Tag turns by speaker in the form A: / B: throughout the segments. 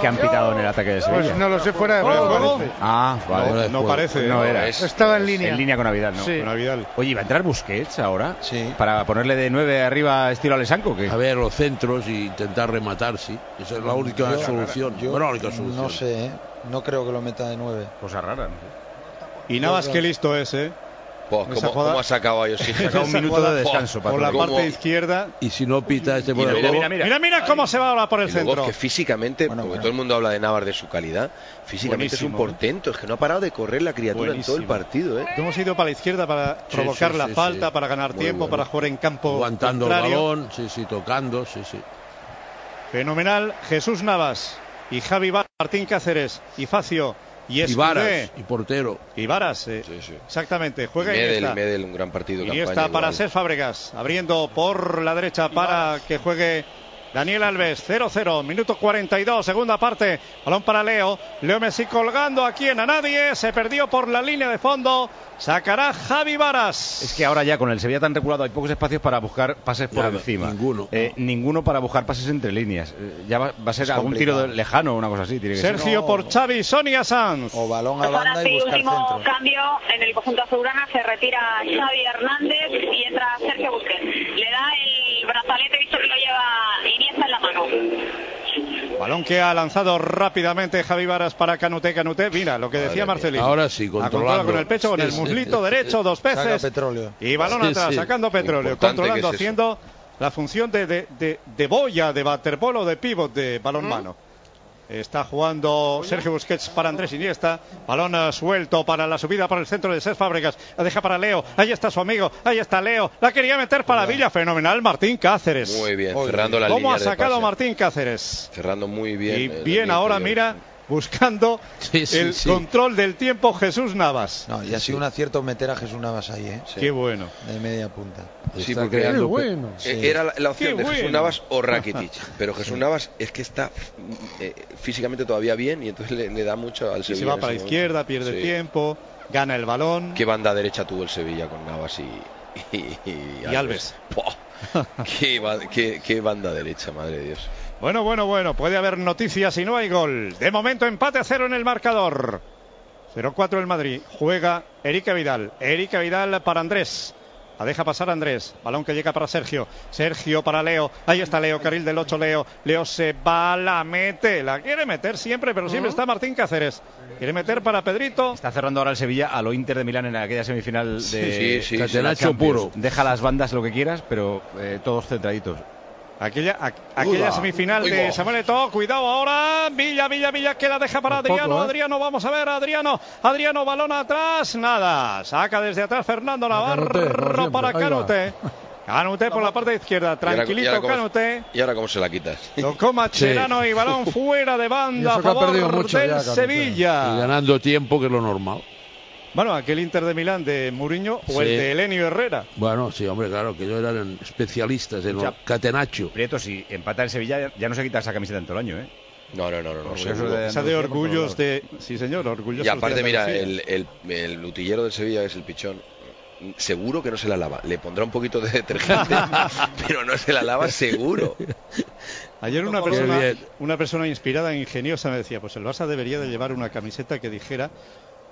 A: que han pitado en el ataque de Sevilla.
B: Pues no lo sé fuera de juego, parece.
A: Ah, vale.
C: No, no parece,
A: No
C: no,
A: era.
C: es-
B: Estaba en línea.
A: En línea con Navidad, ¿no?
B: Sí.
C: Vidal.
A: Oye, ¿va a entrar Busquets ahora?
D: Sí.
A: Para ponerle de 9 arriba estilo Alessanco, que
D: A ver, los centros y intentar rematar, sí. Esa es la única solución. Bueno, la única solución.
E: No sé, ¿eh? no creo que lo meta de nueve.
A: cosa rara. ¿no?
C: Y Navas, qué listo es, ¿eh?
F: Pues,
C: Esa
F: ¿cómo,
C: jugada-
F: cómo ha sacado a Yoshi?
A: Saca un minuto de descanso para
C: Por la
A: todo.
C: parte izquierda.
D: Y si no pita este
F: Mira,
D: buen
F: mira,
D: gol,
A: mira,
C: Mira, mira cómo se va ahora por el
F: Y luego
C: centro.
F: que físicamente,
E: Bueno,
F: porque
E: bueno.
F: todo el mundo habla de Navas de su calidad, físicamente es un
C: Buenísimo, ¿eh?
F: portento, es que no ha parado de correr la criatura en
C: Buenísimo.
F: todo el partido, ¿eh?
C: Hemos ido para la izquierda para
D: Sí,
C: provocar
D: sí,
C: la
D: sí,
C: falta,
D: sí.
C: para ganar
D: Muy
C: tiempo,
D: bueno.
C: para jugar en campo
D: aguantando el
C: contrario.
D: balón, sí, sí, tocando, sí, sí.
C: Fenomenal. Jesús Navas y Javi Bar- Martín Cáceres y Facio y
D: Y
C: Escudé
D: varas, y portero.
C: y Varas. eh,
F: Sí, sí.
C: Exactamente.
F: Y
C: Juega
F: Medel,
C: Iniesta.
F: Medel, un gran partido.
C: Iniesta
F: campaña
C: para
F: igual.
C: Ser Fábregas, abriendo por la derecha para que juegue Daniel Alves, 0-0, minuto 42, segunda parte, balón para Leo, Leo Messi colgando aquí en a nadie, se perdió por la línea de fondo, sacará Javi Varas.
A: Es que ahora ya con el Sevilla tan reculado hay pocos espacios para buscar pases por
D: Ya,
A: encima.
D: ninguno.
A: Eh, ninguno para buscar pases entre líneas. Eh, ya va, va a ser algún tiro de- lejano o una cosa así. Tiene que ser.
C: Sergio
E: No.
C: por Xavi, Sonia Sanz.
E: O balón a
G: Pues ahora
E: banda y
G: sí,
E: buscar
G: último
E: centro.
G: cambio en el conjunto azulgrana. Se retira Xavi Hernández y entra Sergio Busquets. Le da el brazalete, visto que lo lleva Iniesta en la mano.
C: Balón que ha lanzado rápidamente Javi Varas para Canute, Canute. Mira lo que decía Marcelino.
D: Ahora sí,
C: La controla
D: controlando.
C: con el pecho, con el
D: Sí, sí.
C: muslito derecho, dos
E: Saca
C: veces.
E: petróleo.
C: Y balón
D: Sí,
C: atrás,
D: sí.
C: sacando petróleo,
F: Importante
C: controlando,
F: que es eso.
C: haciendo la función de, de, de- de boya, de waterpolo, de pívot, de balón mano. Está jugando Sergio Busquets para Andrés Iniesta. Balón eh, suelto para la subida para el centro de Ser Fábregas. La deja para Leo. Ahí está su amigo. Ahí está Leo. La quería meter para Villa. Fenomenal Martín Cáceres.
F: Muy bien,
E: Muy
F: cerrando la
C: ¿Cómo
F: línea
C: ha sacado
F: de pase.
C: Martín Cáceres?
F: Cerrando muy bien.
C: y
F: eh, la
C: bien
F: línea
C: ahora
F: interior.
C: mira buscando
D: Sí, sí,
C: el
D: sí.
C: control del tiempo Jesús Navas.
E: No, y ha sido un acierto meter a Jesús Navas ahí, ¿eh?
F: Sí.
C: Qué bueno.
E: De media punta.
F: Sí,
D: Está
F: porque-
D: creando
F: Qué
D: pe-
F: Eh,
E: Sí.
F: Era la, la opción
C: Qué
F: de Jesús
C: bueno.
F: Navas o Rakitic. Pero Jesús Navas es que está mm, eh, físicamente todavía bien y entonces le, le da mucho al Sevilla.
C: se va
F: en
C: para la
F: ese
C: izquierda,
F: momento.
C: pierde
F: Sí.
C: tiempo, gana el balón.
F: ¿Qué banda derecha tuvo el Sevilla con Navas y, y, y
C: Y Alves.
F: Buah. ¿Qué, ba- qué- qué banda derecha, madre de Dios.
C: Bueno, bueno, bueno, puede haber noticias y no hay gol. De momento empate a cero en el marcador. 0-4 el Madrid. Juega Erika Vidal. Erika Vidal para Andrés. La deja pasar Andrés. Balón que llega para Sergio. Sergio para Leo. Ahí está Leo. Caril del 8 Leo. Leo se va, la mete. La quiere meter siempre, pero siempre está Martín Cáceres. Quiere meter para Pedrito.
A: Está cerrando ahora el Sevilla a lo Inter de Milán en aquella semifinal de
F: Sí, sí, sí,
A: de
D: sí,
A: la
D: Nacho
A: Champions.
D: puro.
A: Deja las bandas lo que quieras, pero eh, todos centraditos.
C: Aquella, aqu- aquella semifinal de Samuel Eto'o, cuidado ahora, Villa, Villa, Villa, que la deja para Adriano,
D: ¿eh?
C: Adriano, vamos a ver, Adriano, Adriano, balón atrás, nada, saca desde atrás Fernando Navarro para Canute, Canute por la parte izquierda,
F: Y ahora- y
C: tranquilito
F: ahora cómo-
C: Canute,
F: ¿Y ahora cómo se la quitas?
C: lo coma Cherano y balón fuera de banda a favor del
D: Y
C: Sevilla.
D: ganando tiempo, que es lo normal.
C: Bueno, aquel Inter de Milán de Mourinho o el
D: Sí.
C: de Elenio Herrera.
D: Bueno, sí, hombre, claro, que ellos eran especialistas en
A: Ya.
D: lo catenacho.
A: Prieto, si empata el Sevilla, ya no se quita esa camiseta en todo el año, ¿eh?
F: No, no, no, no. no
A: Orgulloso
F: seguro.
A: de-
C: Esa de orgullos de... Sí, señor, orgullosos
F: Y aparte,
C: de
F: mira,
C: Andalucía.
F: el, el, el lutillero del Sevilla, que es el pichón, seguro que no se la lava. Le pondrá un poquito de detergente, pero no se la lava seguro.
C: Ayer una
D: Qué
C: persona,
D: bien.
C: una persona inspirada e ingeniosa me decía, pues el Barça debería de llevar una camiseta que dijera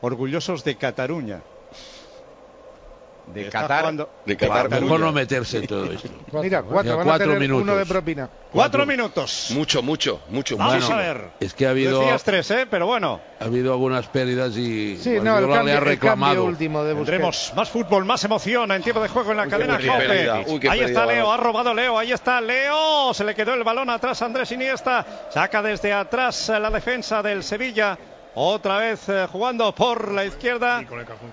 C: orgullosos de Cataluña.
A: De
C: Está
A: Qatar.
C: jugando-
F: De
C: Cuatro,
F: Qatar,
D: Mejor no
F: mucho.
D: meterse en todo esto.
B: Mira, cuatro,
D: Ya,
B: van a
D: cuatro
B: tener
D: minutos.
B: uno de propina.
C: Cuatro minutos.
F: mucho, mucho, mucho.
C: Vamos
F: muchísimo.
C: a ver.
D: Es que ha habido,
C: Decías tres, ¿eh? Pero bueno,
D: ha habido algunas pérdidas y
B: Sí, no,
D: Guardiola
B: el cambio,
D: le
B: el
D: ha
B: cambio
D: reclamado.
B: último de Busquets.
C: tendremos más fútbol, más emoción en tiempo de juego en la cadena
F: pérdida, pérdida. Uy,
C: COPE.
F: qué
C: Ahí está
F: pérdida,
C: Leo,
F: vamos.
C: ha robado Leo, ahí está Leo. Se le quedó el balón atrás a Andrés Iniesta. Saca desde atrás eh, la defensa del Sevilla. Otra vez eh, jugando por la izquierda.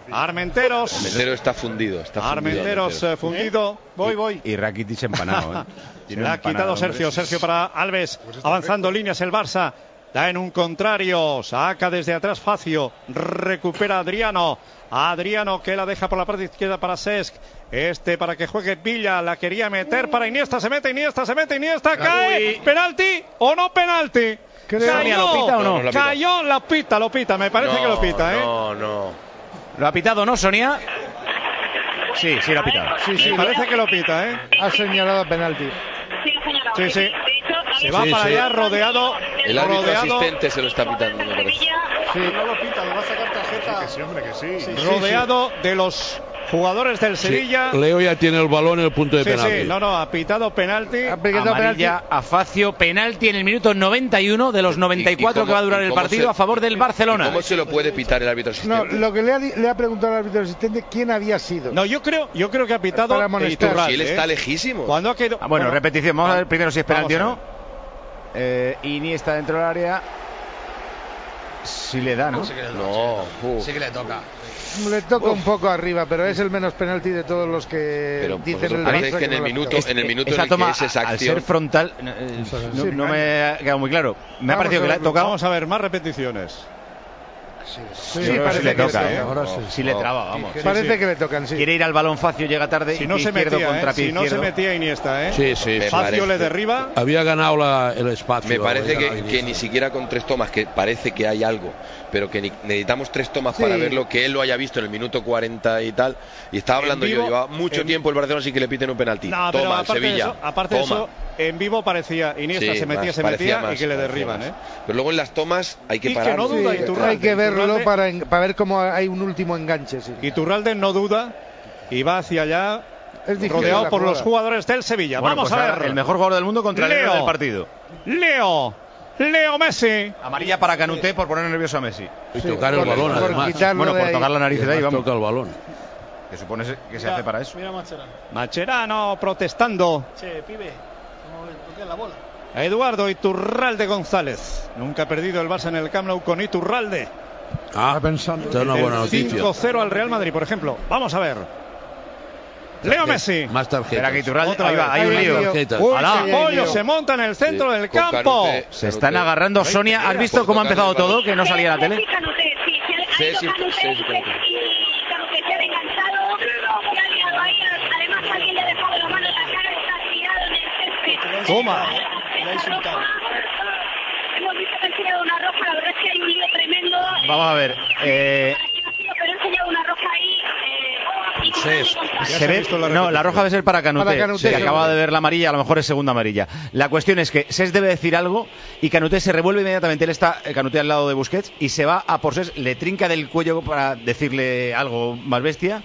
C: Armenteros.
F: Armenteros está fundido. Está fundido
C: Armenteros
F: Armenteros.
C: eh, fundido. Voy, voy.
A: Y Rakitic empanado, ¿eh?
C: Se
A: Tiene
C: la ha
A: empanado,
C: quitado
A: hombre.
C: Sergio. Sergio para Alves. Avanzando líneas el Barça. Da en un contrario. Saca desde atrás Facio. Recupera Adriano. Adriano que la deja por la parte izquierda para Sesc. Este para que juegue Villa. La quería meter para Iniesta. Se mete Iniesta. Se mete Iniesta. Cae. Penalti o no penalti. Cayó,
A: ¿Lo pita o no?
F: No, no lo pita.
C: cayó, lo pita, lo pita, me parece que lo pita, ¿eh?
F: No, no.
A: ¿Lo ha pitado no, Sonia? Sí, sí, lo ha pitado.
B: Sí, sí,
C: Me parece que lo pita, ¿eh?
B: ha señalado penalti.
G: Sí, lo señalaba.
C: Sí, sí.
G: De hecho, también
C: Se va
D: Sí,
C: para
D: sí.
C: allá rodeado,
F: El árbitro
C: rodeado,
F: asistente se lo está pitando, me parece.
G: Sevilla,
B: Sí. No lo pita, le va a sacar tarjeta. Que sí, hombre, que sí.
C: rodeado de los jugadores del Sevilla. Sí,
D: Leo ya tiene el balón en el punto de
C: sí,
D: penalti.
C: no, no, ha pitado penalti.
B: Ha aplicado penalti.
H: Amarilla a Facio, penalti en el minuto 91 de los
F: ¿Y- y
H: 94
F: cómo-
H: que va a durar
F: y
H: el
F: cómo
H: partido
F: se-
H: a favor del
F: ¿Y
H: Barcelona.
F: ¿Cómo se lo puede pitar el árbitro
B: No,
F: asistente?
B: lo que le ha, di- le ha preguntado al árbitro asistente quién había sido.
C: No, yo creo, yo creo que ha pitado
B: Para amonestar.
C: Iturralde,
F: Si él está
C: ¿eh?
F: lejísimo.
C: Cuando ha quedado-
A: Ah, bueno, repetición. Vamos a ver primero si es penalti o
C: vamos
A: no. Eh, Iniesta dentro del área. Si le da, ¿no?
F: No. uh.
D: que le toca.
B: Le toca un poco arriba, pero es el menos penalti de todos los que
F: Pero
B: dicen
F: vosotros
B: el
F: pensáis
B: Barça
F: que en el
B: no lo ha
F: minuto-
B: pitado.
F: en el minuto
A: Este, esa
F: en el
A: toma,
F: que es esa
A: al
F: acción-
A: ser frontal, no, eh, no, no me ha quedado muy claro. Me ha
B: Vamos
A: parecido
B: a
A: que le ha
B: verlo.
A: tocado.
C: Vamos a ver más repeticiones.
B: Sí,
A: Yo creo que
B: parece
A: si le
B: que
A: toca,
B: le
A: ¿eh?
B: toca.
A: Si le traba, vamos.
B: Parece que le tocan, sí.
A: Quiere ir al balón facio, llega tarde.
C: Si no
A: pie
C: se
A: izquierdo
C: metía,
A: contra
C: ¿eh?
A: pie
C: si no se
A: izquierdo.
C: metía Iniesta, ¿eh?
D: Sí, sí.
F: Me
D: sí.
C: Facio
F: parece.
C: le derriba.
D: Había ganado la- el espacio.
F: Me parece
D: Había
F: que,
D: ganado
F: que
D: Iniesta.
F: ni siquiera con tres tomas, que parece que hay algo, pero que ni- necesitamos tres tomas
B: Sí.
F: para verlo, que él lo haya visto en el minuto 40 y tal. Y estaba
C: En
F: hablando
C: vivo,
F: yo, llevaba mucho
C: en-
F: tiempo el Barcelona sin que le piten un penalti.
C: No, pero
F: Toma,
C: aparte,
F: Sevilla.
C: de eso, aparte de
F: Toma.
C: eso, en vivo parecía Iniesta
F: Sí,
C: se metía,
F: más,
C: se
F: parecía
C: metía y
F: más,
C: que le
F: parecía
C: derriban,
F: más.
C: ¿eh?
F: Pero luego en las tomas hay que
C: Y que
F: parar.
C: no duda, y tú-
B: Hay que verlo
C: Iturralde.
B: para, en- para ver cómo hay un último enganche, sí.
C: Iturralde no duda y va hacia allá,
B: Es difícil
C: rodeado
B: la
C: por los
B: jugada.
C: jugadores del Sevilla.
A: Bueno,
C: Vamos
A: pues
C: a
A: ahora
C: ver.
A: El mejor jugador del mundo contra el
C: Leo.
A: héroe del partido.
C: Leo, Leo Messi.
A: Amarilla para Canuté por poner nervioso a Messi.
D: Y tocar el
B: por-
D: balón,
B: por
D: además.
B: quitarlo
A: bueno,
B: de
A: por
B: ahí.
A: tocar la nariz de ahí,
D: Además,
A: vamos.
D: toca el balón.
A: Que supone que se hace para eso.
C: Macherano protestando. A Eduardo Iturralde González. Nunca ha perdido el Barça en el Camp Nou con Iturralde.
D: Ah, pensando. Esta es una buena
C: El
D: noticia.
C: 5-0 al Real Madrid, por ejemplo. Vamos a ver. Leo Messi.
D: Más
A: Espera que
D: tarjetas.
A: Iturralde,
C: Otra
A: ahí va,
C: vez.
A: hay un
B: Hay un
A: lío.
B: lío.
D: Tarjetas.
C: Uy,
A: Alá.
C: qué pollo se monta en el centro del campo.
A: Se están agarrando Sonia. ¿Has
F: Por
A: visto cómo ha
F: tocar
A: empezado
F: el balón.
A: todo? Que no salía la tele.
G: Sí, Canute, sí, se ha- ha ido
F: Sí, sí,
G: Canute,
F: sí, sí, Canute.
G: y Canute se ha enganchado, se ha liado ahí, además alguien le ha dejado la mano en la cara, está tirado en el césped.
C: Toma.
G: Esta roja, Hemos visto que ha enseñado una roja, la verdad es que hay un lío tremendo.
A: Vamos a ver. eh,
G: Pero ha enseñado una roja ahí. eh, y con
D: Sexto.
G: un contacto.
A: se ve, no, la roja debe ser para Canuté,
B: Para Canuté,
A: que
B: sí.
A: acaba de ver la amarilla, a lo mejor es segunda amarilla. La cuestión es que Ses debe decir algo y Canuté se revuelve inmediatamente, él está eh, Canuté al lado de Busquets y se va a por Ses, le trinca del cuello para decirle algo más bestia.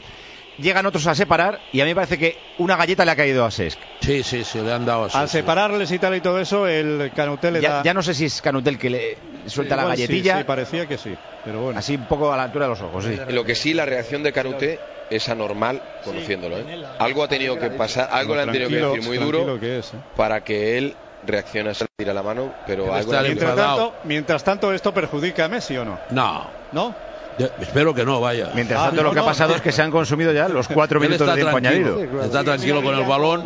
A: Llegan otros a separar y a mí me parece que una galleta le ha caído a Ses.
D: Sí, sí, sí, le han dado así.
C: Al
D: sí.
C: separarles y tal y todo eso, el Canuté le
A: Ya,
C: da.
A: ya no sé si es Canuté el que le suelta la
C: Igual sí,
A: galletilla,
C: Sí, parecía que sí. Pero bueno.
A: así un poco a la altura de los ojos. sí.
F: Lo que sí, la reacción de Canute es anormal, conociéndolo. ¿eh? Algo ha tenido que pasar, algo le han tenido que
C: Tranquilo,
F: decir muy
C: tranquilo
F: duro
C: que es, ¿eh?
F: para que él reaccione así, tira la mano, pero
D: Pero está
F: algo le han
D: bien.
C: Mientras
D: enfadado.
C: tanto, mientras tanto, esto perjudica a Messi o no?
D: No.
C: ¿No?
D: De- espero que no, vaya.
A: Mientras
C: Ah,
A: tanto,
C: no,
A: lo que ha
C: no.
A: pasado es que se han consumido ya los cuatro
D: Él
A: minutos de
D: está
A: tiempo
D: tranquilo,
A: añadido.
D: está tranquilo con el balón.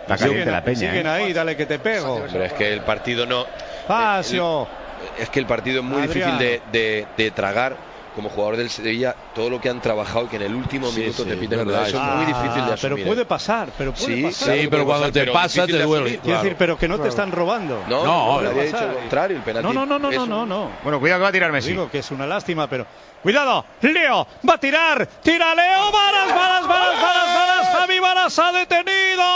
A: Está caliente la peña.
C: siguen
A: ¿eh?
C: ahí, dale que te pego.
F: Pero es que el partido no.
C: Facio.
F: Es que el partido es muy
C: Adriano.
F: difícil de, de- de tragar como jugador del Sevilla todo lo que han trabajado y que en el último
D: Sí,
F: minuto
D: sí,
F: te piten el
D: verdad,
F: penalti. Eso es muy
C: Ah,
F: difícil de asumir.
C: Pero puede
F: ¿eh?
C: pasar, pero puede
F: Sí,
C: pasar.
F: claro
D: Sí, pero
F: que puede
D: cuando
F: pasar,
D: te
F: pero
D: pasa,
F: difícil
D: te
F: de
D: duele.
F: asumir.
C: Quiero decir,
D: claro.
C: pero que no te están robando.
F: No,
D: No,
F: no,
D: puede
F: nadie ha dicho
C: pasar.
F: lo contrario. El penalti
C: No, no, no, no,
F: es
C: no,
F: un-
C: no, no.
A: Bueno, cuidado que va a tirar Messi.
C: Digo que es una lástima, pero. ¡Cuidado! ¡Leo! ¡Va a tirar! ¡Tira Leo! ¡Varas, varas, varas, varas, varas! ¡Javi Varas ha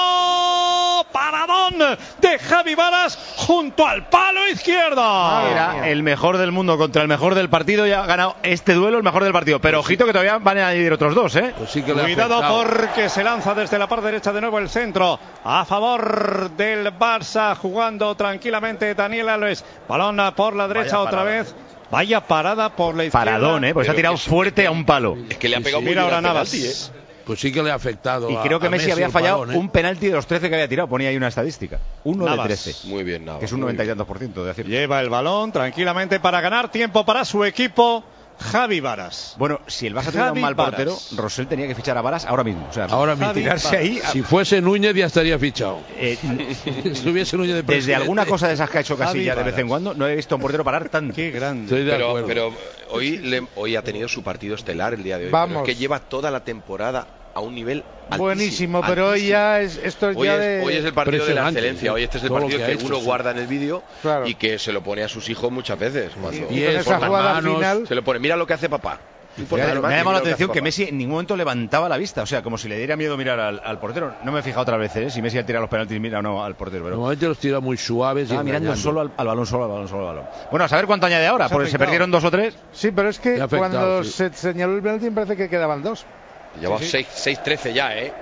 C: detenido! ¡Paradón de Javi Varas junto al palo izquierdo!
A: Ah, Era el mejor del mundo contra el mejor del partido y ha ganado este duelo el mejor del partido. Pero ojito que todavía van a añadir otros dos, ¿eh?
D: Pues sí que le ha
C: Cuidado
D: afectado.
C: porque se lanza desde la parte derecha de nuevo el centro a favor del Barça jugando tranquilamente Daniel Alves. Balón por la derecha
A: Vaya
C: otra
A: parada.
C: vez. Vaya parada por la izquierda.
A: Paradón, ¿eh? Pues
F: Pero
A: ha tirado
F: que es-
A: fuerte a un palo.
F: Es que le ha
D: Sí,
F: pegado
D: sí.
F: muy
C: Mira
F: bien
C: ahora
F: al
C: Navas.
F: penalti, ¿eh?
D: Pues sí que le ha afectado.
A: Y
D: a-
A: creo que
D: a
A: Messi había
D: el
A: fallado
D: balón, ¿eh?
A: un penalti de los 13 que había tirado. Ponía ahí una estadística. Uno
C: Navas.
A: de 13.
F: Muy bien, Navas.
A: Que es un
F: muy bien.
A: 90 y tantos por ciento de acierto.
C: Lleva el balón tranquilamente para ganar tiempo para su equipo. Javi Varas.
A: Bueno, si el Barça tuviera
C: Javi
A: un mal
C: Varas.
A: portero, Rosell tenía que fichar a Varas ahora mismo. O sea,
D: Ahora mismo.
C: Javi
A: tirarse ahí. a-
D: Si fuese Núñez ya estaría fichado.
A: eh,
D: Si estuviese Núñez de
A: desde
D: presidente,
A: alguna cosa de esas que ha hecho
C: Javi
A: Casilla de vez en
C: Varas.
A: cuando, no he visto a un portero parar tanto.
C: Qué grande.
D: Estoy de
F: Pero,
D: acuerdo.
F: pero hoy, le- hoy ha tenido su partido estelar el día de hoy.
B: Vamos.
F: Pero es que lleva toda la temporada a un nivel altísimo,
B: Buenísimo, pero hoy
F: altísimo.
B: ya es, esto es
F: Hoy
B: ya
F: es,
B: de...
F: hoy es el partido de la
D: Impresionante,
F: excelencia.
D: sí.
F: Hoy este es el
D: Todo lo
F: partido
D: que
F: que,
D: ha hecho,
F: uno
D: sí.
F: guarda en el vídeo
B: Claro.
F: y que se lo pone a sus hijos muchas veces. cuando-
B: y
D: Pies,
B: con esa
D: con
B: jugada
D: manos.
B: final...
F: Se lo pone, mira lo que hace papá. No importa
A: Claro,
F: lo
A: me
F: que
A: ha llamado la
F: hace, mira lo
A: atención que
F: hace
A: Messi en ningún momento levantaba la vista, o sea, como si le diera miedo mirar al, al portero. No me he fijado otra vez ¿eh? si Messi ha tirado los penaltis mira o no al portero, pero
D: Normalmente los tira muy suaves
C: Ah,
A: estaba
D: y
A: mirando
D: engañando.
A: solo al, al balón, solo al balón, solo al balón. Bueno, a saber cuánto añade ahora,
C: Nos ha
A: porque se
C: afectado.
A: perdieron dos o tres.
B: Sí, pero es que
D: Le ha afectado,
B: cuando
D: sí.
B: se señaló el penalti me parece que quedaban dos.
F: papá. Lleva
C: Sí, sí.
F: seis- 6-13 ya, ¿eh?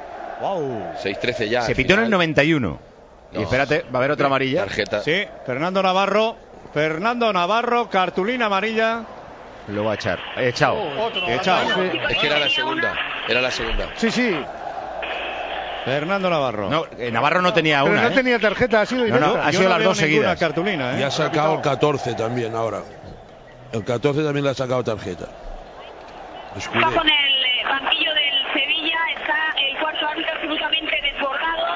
C: Wow.
F: 6-13 ya.
A: se
F: al
A: pitó en el
F: final.
A: 91.
F: No.
A: Y espérate, va a haber otra amarilla.
F: Tarjeta.
C: Sí, Fernando Navarro. Fernando Navarro, cartulina amarilla.
A: Lo va a echar. Eh, chao.
C: Echado.
F: Es que era la segunda. Era la segunda.
B: Sí, sí,
C: Fernando Navarro.
A: No, eh, Navarro no tenía
B: pero
A: una.
B: no
A: ¿eh?
B: tenía tarjeta, ha sido
A: No, no,
B: directa.
A: ha
C: Yo
A: sido
C: no
A: las
C: veo
A: dos
C: ninguna
A: seguidas.
C: cartulina, ¿eh?
D: Y ha sacado el 14 también ahora. El 14 también le ha sacado tarjeta. Escudé.
G: Bajo en el eh, banquillo del Sevilla está el cuarto árbitro absolutamente desbordado,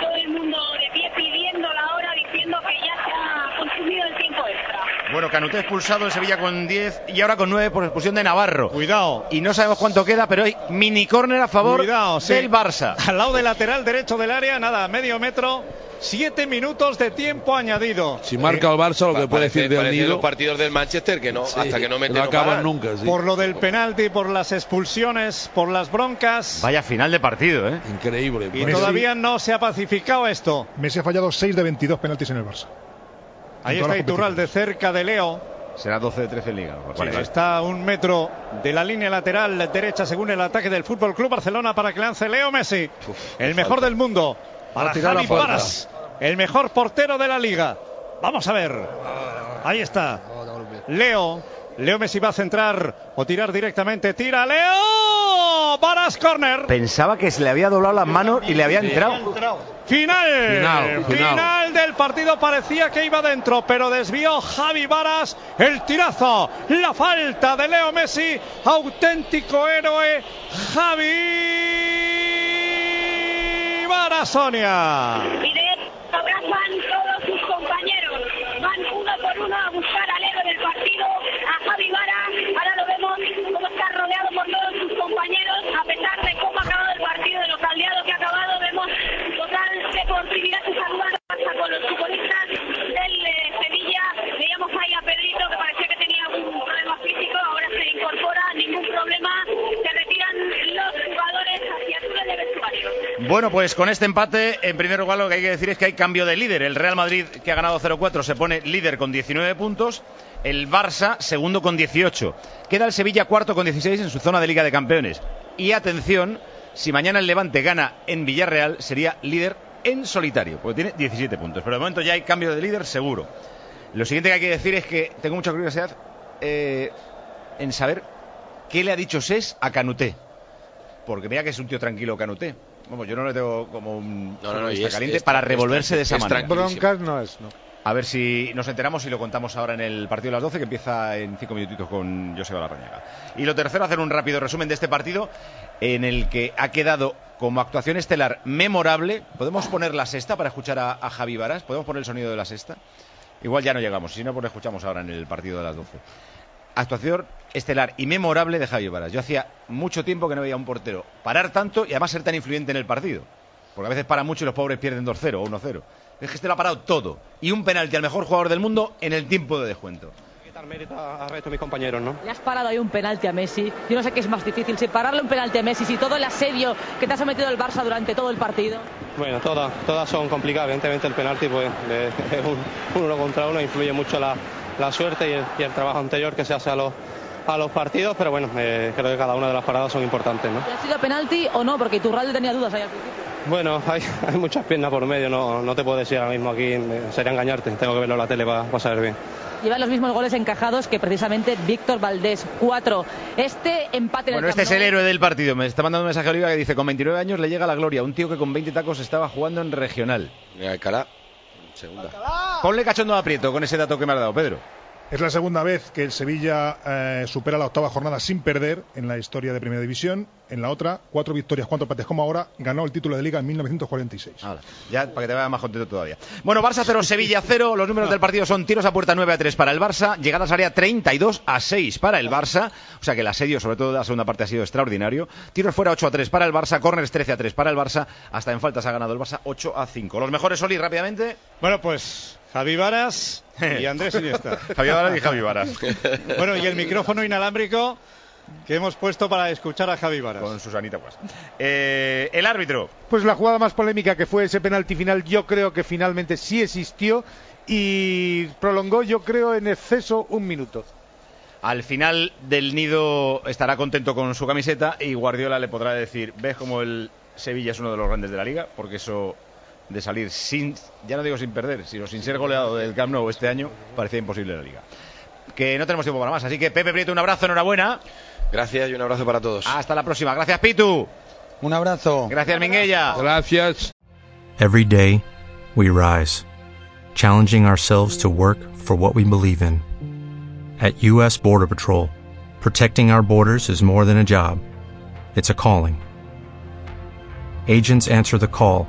G: todo el mundo de pie pidiendo la hora, diciendo que ya se ha consumido el tiempo extra.
A: Bueno, Canuté expulsado en Sevilla con 10 y ahora con 9 por expulsión de Navarro.
C: Cuidado.
A: Y no sabemos cuánto queda, pero hay mini córner a favor
C: Cuidado, sí.
A: del Barça.
C: Al lado del lateral derecho del área, nada, medio metro. Siete minutos de tiempo añadido.
D: Si marca el Barça, lo que
F: Pa-
D: puede
F: parece-
D: decir del
F: parece
D: nido.
F: los partidos del Manchester que no,
D: sí,
F: hasta que no meten
D: no
F: no
D: acaban
F: paran.
D: nunca. sí.
C: Por lo del penalti, por las expulsiones, por las broncas.
A: Vaya final de partido, ¿eh?
D: Increíble.
C: Y
D: parece.
C: todavía no se ha pacificado esto.
I: Messi ha fallado 6 de 22 penaltis en el Barça.
C: Ahí
I: En todas
C: está
I: las
C: Iturralde cerca de Leo.
A: Será 12 de 13 en Liga. Vale,
C: Sí,
A: vale.
C: Está a un metro de la línea lateral derecha según el ataque del Fútbol Club Barcelona para que lance Leo Messi,
F: Uf,
C: el mejor
F: falta.
C: del mundo, para
D: tirar la
C: Javi
D: falta.
C: Paras, el mejor portero de la liga. Vamos a ver. Ahí está. Leo. Leo Messi va a centrar o tirar directamente. Tira Leo. Paras corner.
A: Pensaba que se le había doblado las manos y le había entrado.
C: Final,
D: Final, final.
C: del partido parecía que iba dentro, pero desvió Javi Varas el tirazo, la falta de Leo Messi, auténtico héroe Javi Varas Sonia.
G: Y de hecho abrazan todos sus compañeros, van uno por uno a buscar al héroe del partido, a Javi Vara, ahora lo vemos como está rodeado por todos sus compañeros, a pesar de cómo ha acabado el partido, de los aliados que ha acabado, vemos total deportividad y saludar con los futbolistas del eh, Sevilla, veíamos ahí a Pedrito que parecía que tenía un problema físico, ahora se incorpora, ningún problema, se retiran los jugadores hacia el túnel de vestuario.
A: Bueno, pues con este empate, en primer lugar lo que hay que decir es que hay cambio de líder. El Real Madrid, que ha ganado 0-4, se pone líder con 19 puntos. El Barça, segundo con 18. Queda el Sevilla cuarto con 16 en su zona de Liga de Campeones. Y atención, si mañana el Levante gana en Villarreal, sería líder en solitario, porque tiene 17 puntos. Pero de momento ya hay cambio de líder seguro. Lo siguiente que hay que decir es que tengo mucha curiosidad eh, en saber qué le ha dicho Ses a Canuté. Porque mira que es un tío tranquilo Canuté. Vamos, yo no le tengo como un
F: No, no, no, y
A: futbolista
F: es-
A: caliente
F: es-
A: para
F: es-
A: revolverse de esa
F: es
A: manera.
F: tranquilo.
B: Broncas no es, no.
A: A ver si nos enteramos y lo contamos ahora en el partido de las 12, que empieza en cinco minutitos con Joseba Larrañaga. Y lo tercero, hacer un rápido resumen de este partido, en el que ha quedado como actuación estelar memorable. ¿Podemos poner la sexta para escuchar a, a Javi Varas? ¿Podemos poner el sonido de la sexta? Igual ya no llegamos, si no, pues lo escuchamos ahora en el partido de las 12. Actuación estelar y memorable de Javi Varas. Yo hacía mucho tiempo que no veía a un portero parar tanto y además ser tan influyente en el partido. Porque a veces para mucho y los pobres pierden 2-0 o 1-0. Es que este lo ha parado todo. Y un penalti al mejor jugador del mundo en el tiempo de descuento.
J: Le has parado ahí un penalti a Messi. Yo no sé qué es más difícil, si pararle un penalti a Messi, si todo el asedio que te ha sometido el Barça durante todo el partido.
I: Bueno, todas, todas son complicadas. Evidentemente el penalti pues eh, es un, un uno contra uno, influye mucho la, la suerte y el, y el trabajo anterior que se hace a los, a los partidos, pero bueno, eh, creo que cada una de las paradas son importantes, ¿no?
J: ¿Y ¿Ha sido penalti o no? Porque Iturralde tenía dudas ahí al principio.
I: Bueno, hay, hay muchas piernas por medio, no, no te puedo decir ahora mismo aquí, eh, sería engañarte, tengo que verlo en la tele para, saber bien.
J: Lleva los mismos goles encajados que precisamente Víctor Valdés, cuatro. Este empate en
A: Bueno,
J: el
A: este es
J: Camp Nou-
A: el héroe del partido. Me está mandando un mensaje a Oliva que dice: Con 29 años le llega la gloria. Un tío que con 20 tacos estaba jugando en regional.
F: Mira, Alcalá, segunda.
A: Ponle cachondo a aprieto con ese dato que me ha dado, Pedro.
B: Es la segunda vez que el Sevilla eh, supera la octava jornada sin perder en la historia de Primera División. En la otra, cuatro victorias, cuatro empates como ahora, ganó el título de Liga en 1946.
A: ya, para que te vaya más contento todavía. Bueno, Barça 0, Sevilla 0. Los números del partido son tiros a puerta 9 a 3 para el Barça, llegadas al área 32 a 6 para el Barça. O sea que el asedio, sobre todo de la segunda parte, ha sido extraordinario. Tiros fuera 8 a 3 para el Barça, corners 13 a 3 para el Barça. Hasta en faltas ha ganado el Barça 8 a 5. Los mejores, Oli, rápidamente.
K: Bueno, pues Javi Varas y Andrés Iniesta.
A: Javi Varas y Javi Varas.
K: bueno, y el micrófono inalámbrico que hemos puesto para escuchar a Javi Varas.
A: Con Susanita, pues. Eh, el árbitro.
C: Pues la jugada más polémica que fue ese penalti final, yo creo que finalmente sí existió y prolongó, yo creo, en exceso un minuto.
A: Al final del nido estará contento con su camiseta y Guardiola le podrá decir, ¿ves cómo el Sevilla es uno de los grandes de la liga? Porque eso de salir sin, ya no digo sin perder, sino sin ser goleado del Camp Nou este año, parecía imposible en la liga. Que no tenemos tiempo para más, así que Pepe Prieto, un abrazo, enhorabuena.
F: Gracias y un abrazo para todos.
A: Hasta la próxima. Gracias, Pitu.
L: Un abrazo.
A: Gracias, Minguella.
D: Gracias.
J: Every day, we rise, challenging ourselves to work for what we believe in. At U.S. Border Patrol, protecting our borders is more than a job, it's a calling. Agents answer the call,